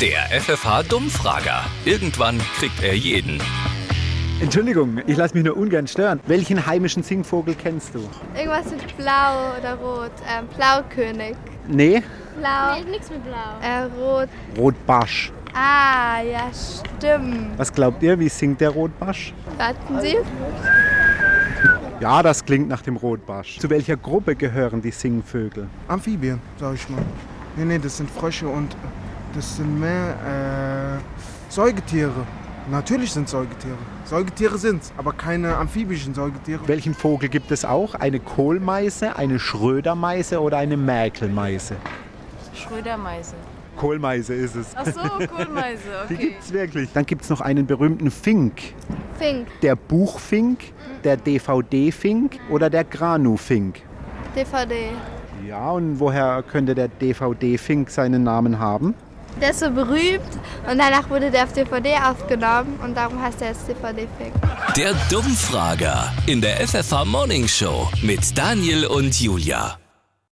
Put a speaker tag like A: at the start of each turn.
A: Der FFH-Dummfrager. Irgendwann kriegt er jeden.
B: Entschuldigung, ich lasse mich nur ungern stören. Welchen heimischen Singvogel kennst du?
C: Irgendwas mit Blau oder Rot. Ähm, Blaukönig.
B: Nee?
C: Blau.
D: Nee, nichts mit Blau.
C: Äh, Rot.
B: Rotbarsch.
C: Ah, ja, stimmt.
B: Was glaubt ihr, wie singt der Rotbarsch?
C: Warten Sie.
B: Ja, das klingt nach dem Rotbarsch. Zu welcher Gruppe gehören die Singvögel?
E: Amphibien, sag ich mal. Nee, nee, das sind Frösche und äh, das sind mehr äh, Säugetiere. Natürlich sind Säugetiere. Säugetiere sind's, aber keine amphibischen Säugetiere.
B: Welchen Vogel gibt es auch? Eine Kohlmeise, eine Schrödermeise oder eine Merkelmeise?
F: Schrödermeise.
B: Kohlmeise ist es.
F: Ach so, Kohlmeise,
B: Die
F: okay.
B: gibt's wirklich. Dann gibt's noch einen berühmten Fink.
C: Fink.
B: Der Buchfink, der DVD-Fink oder der Granu-Fink?
C: DVD.
B: Ja, und woher könnte der DVD-Fink seinen Namen haben?
C: Der ist so berühmt und danach wurde der auf DVD aufgenommen und darum heißt er jetzt DVD-Fink.
A: Der Dummfrager in der FFH Morning Show mit Daniel und Julia.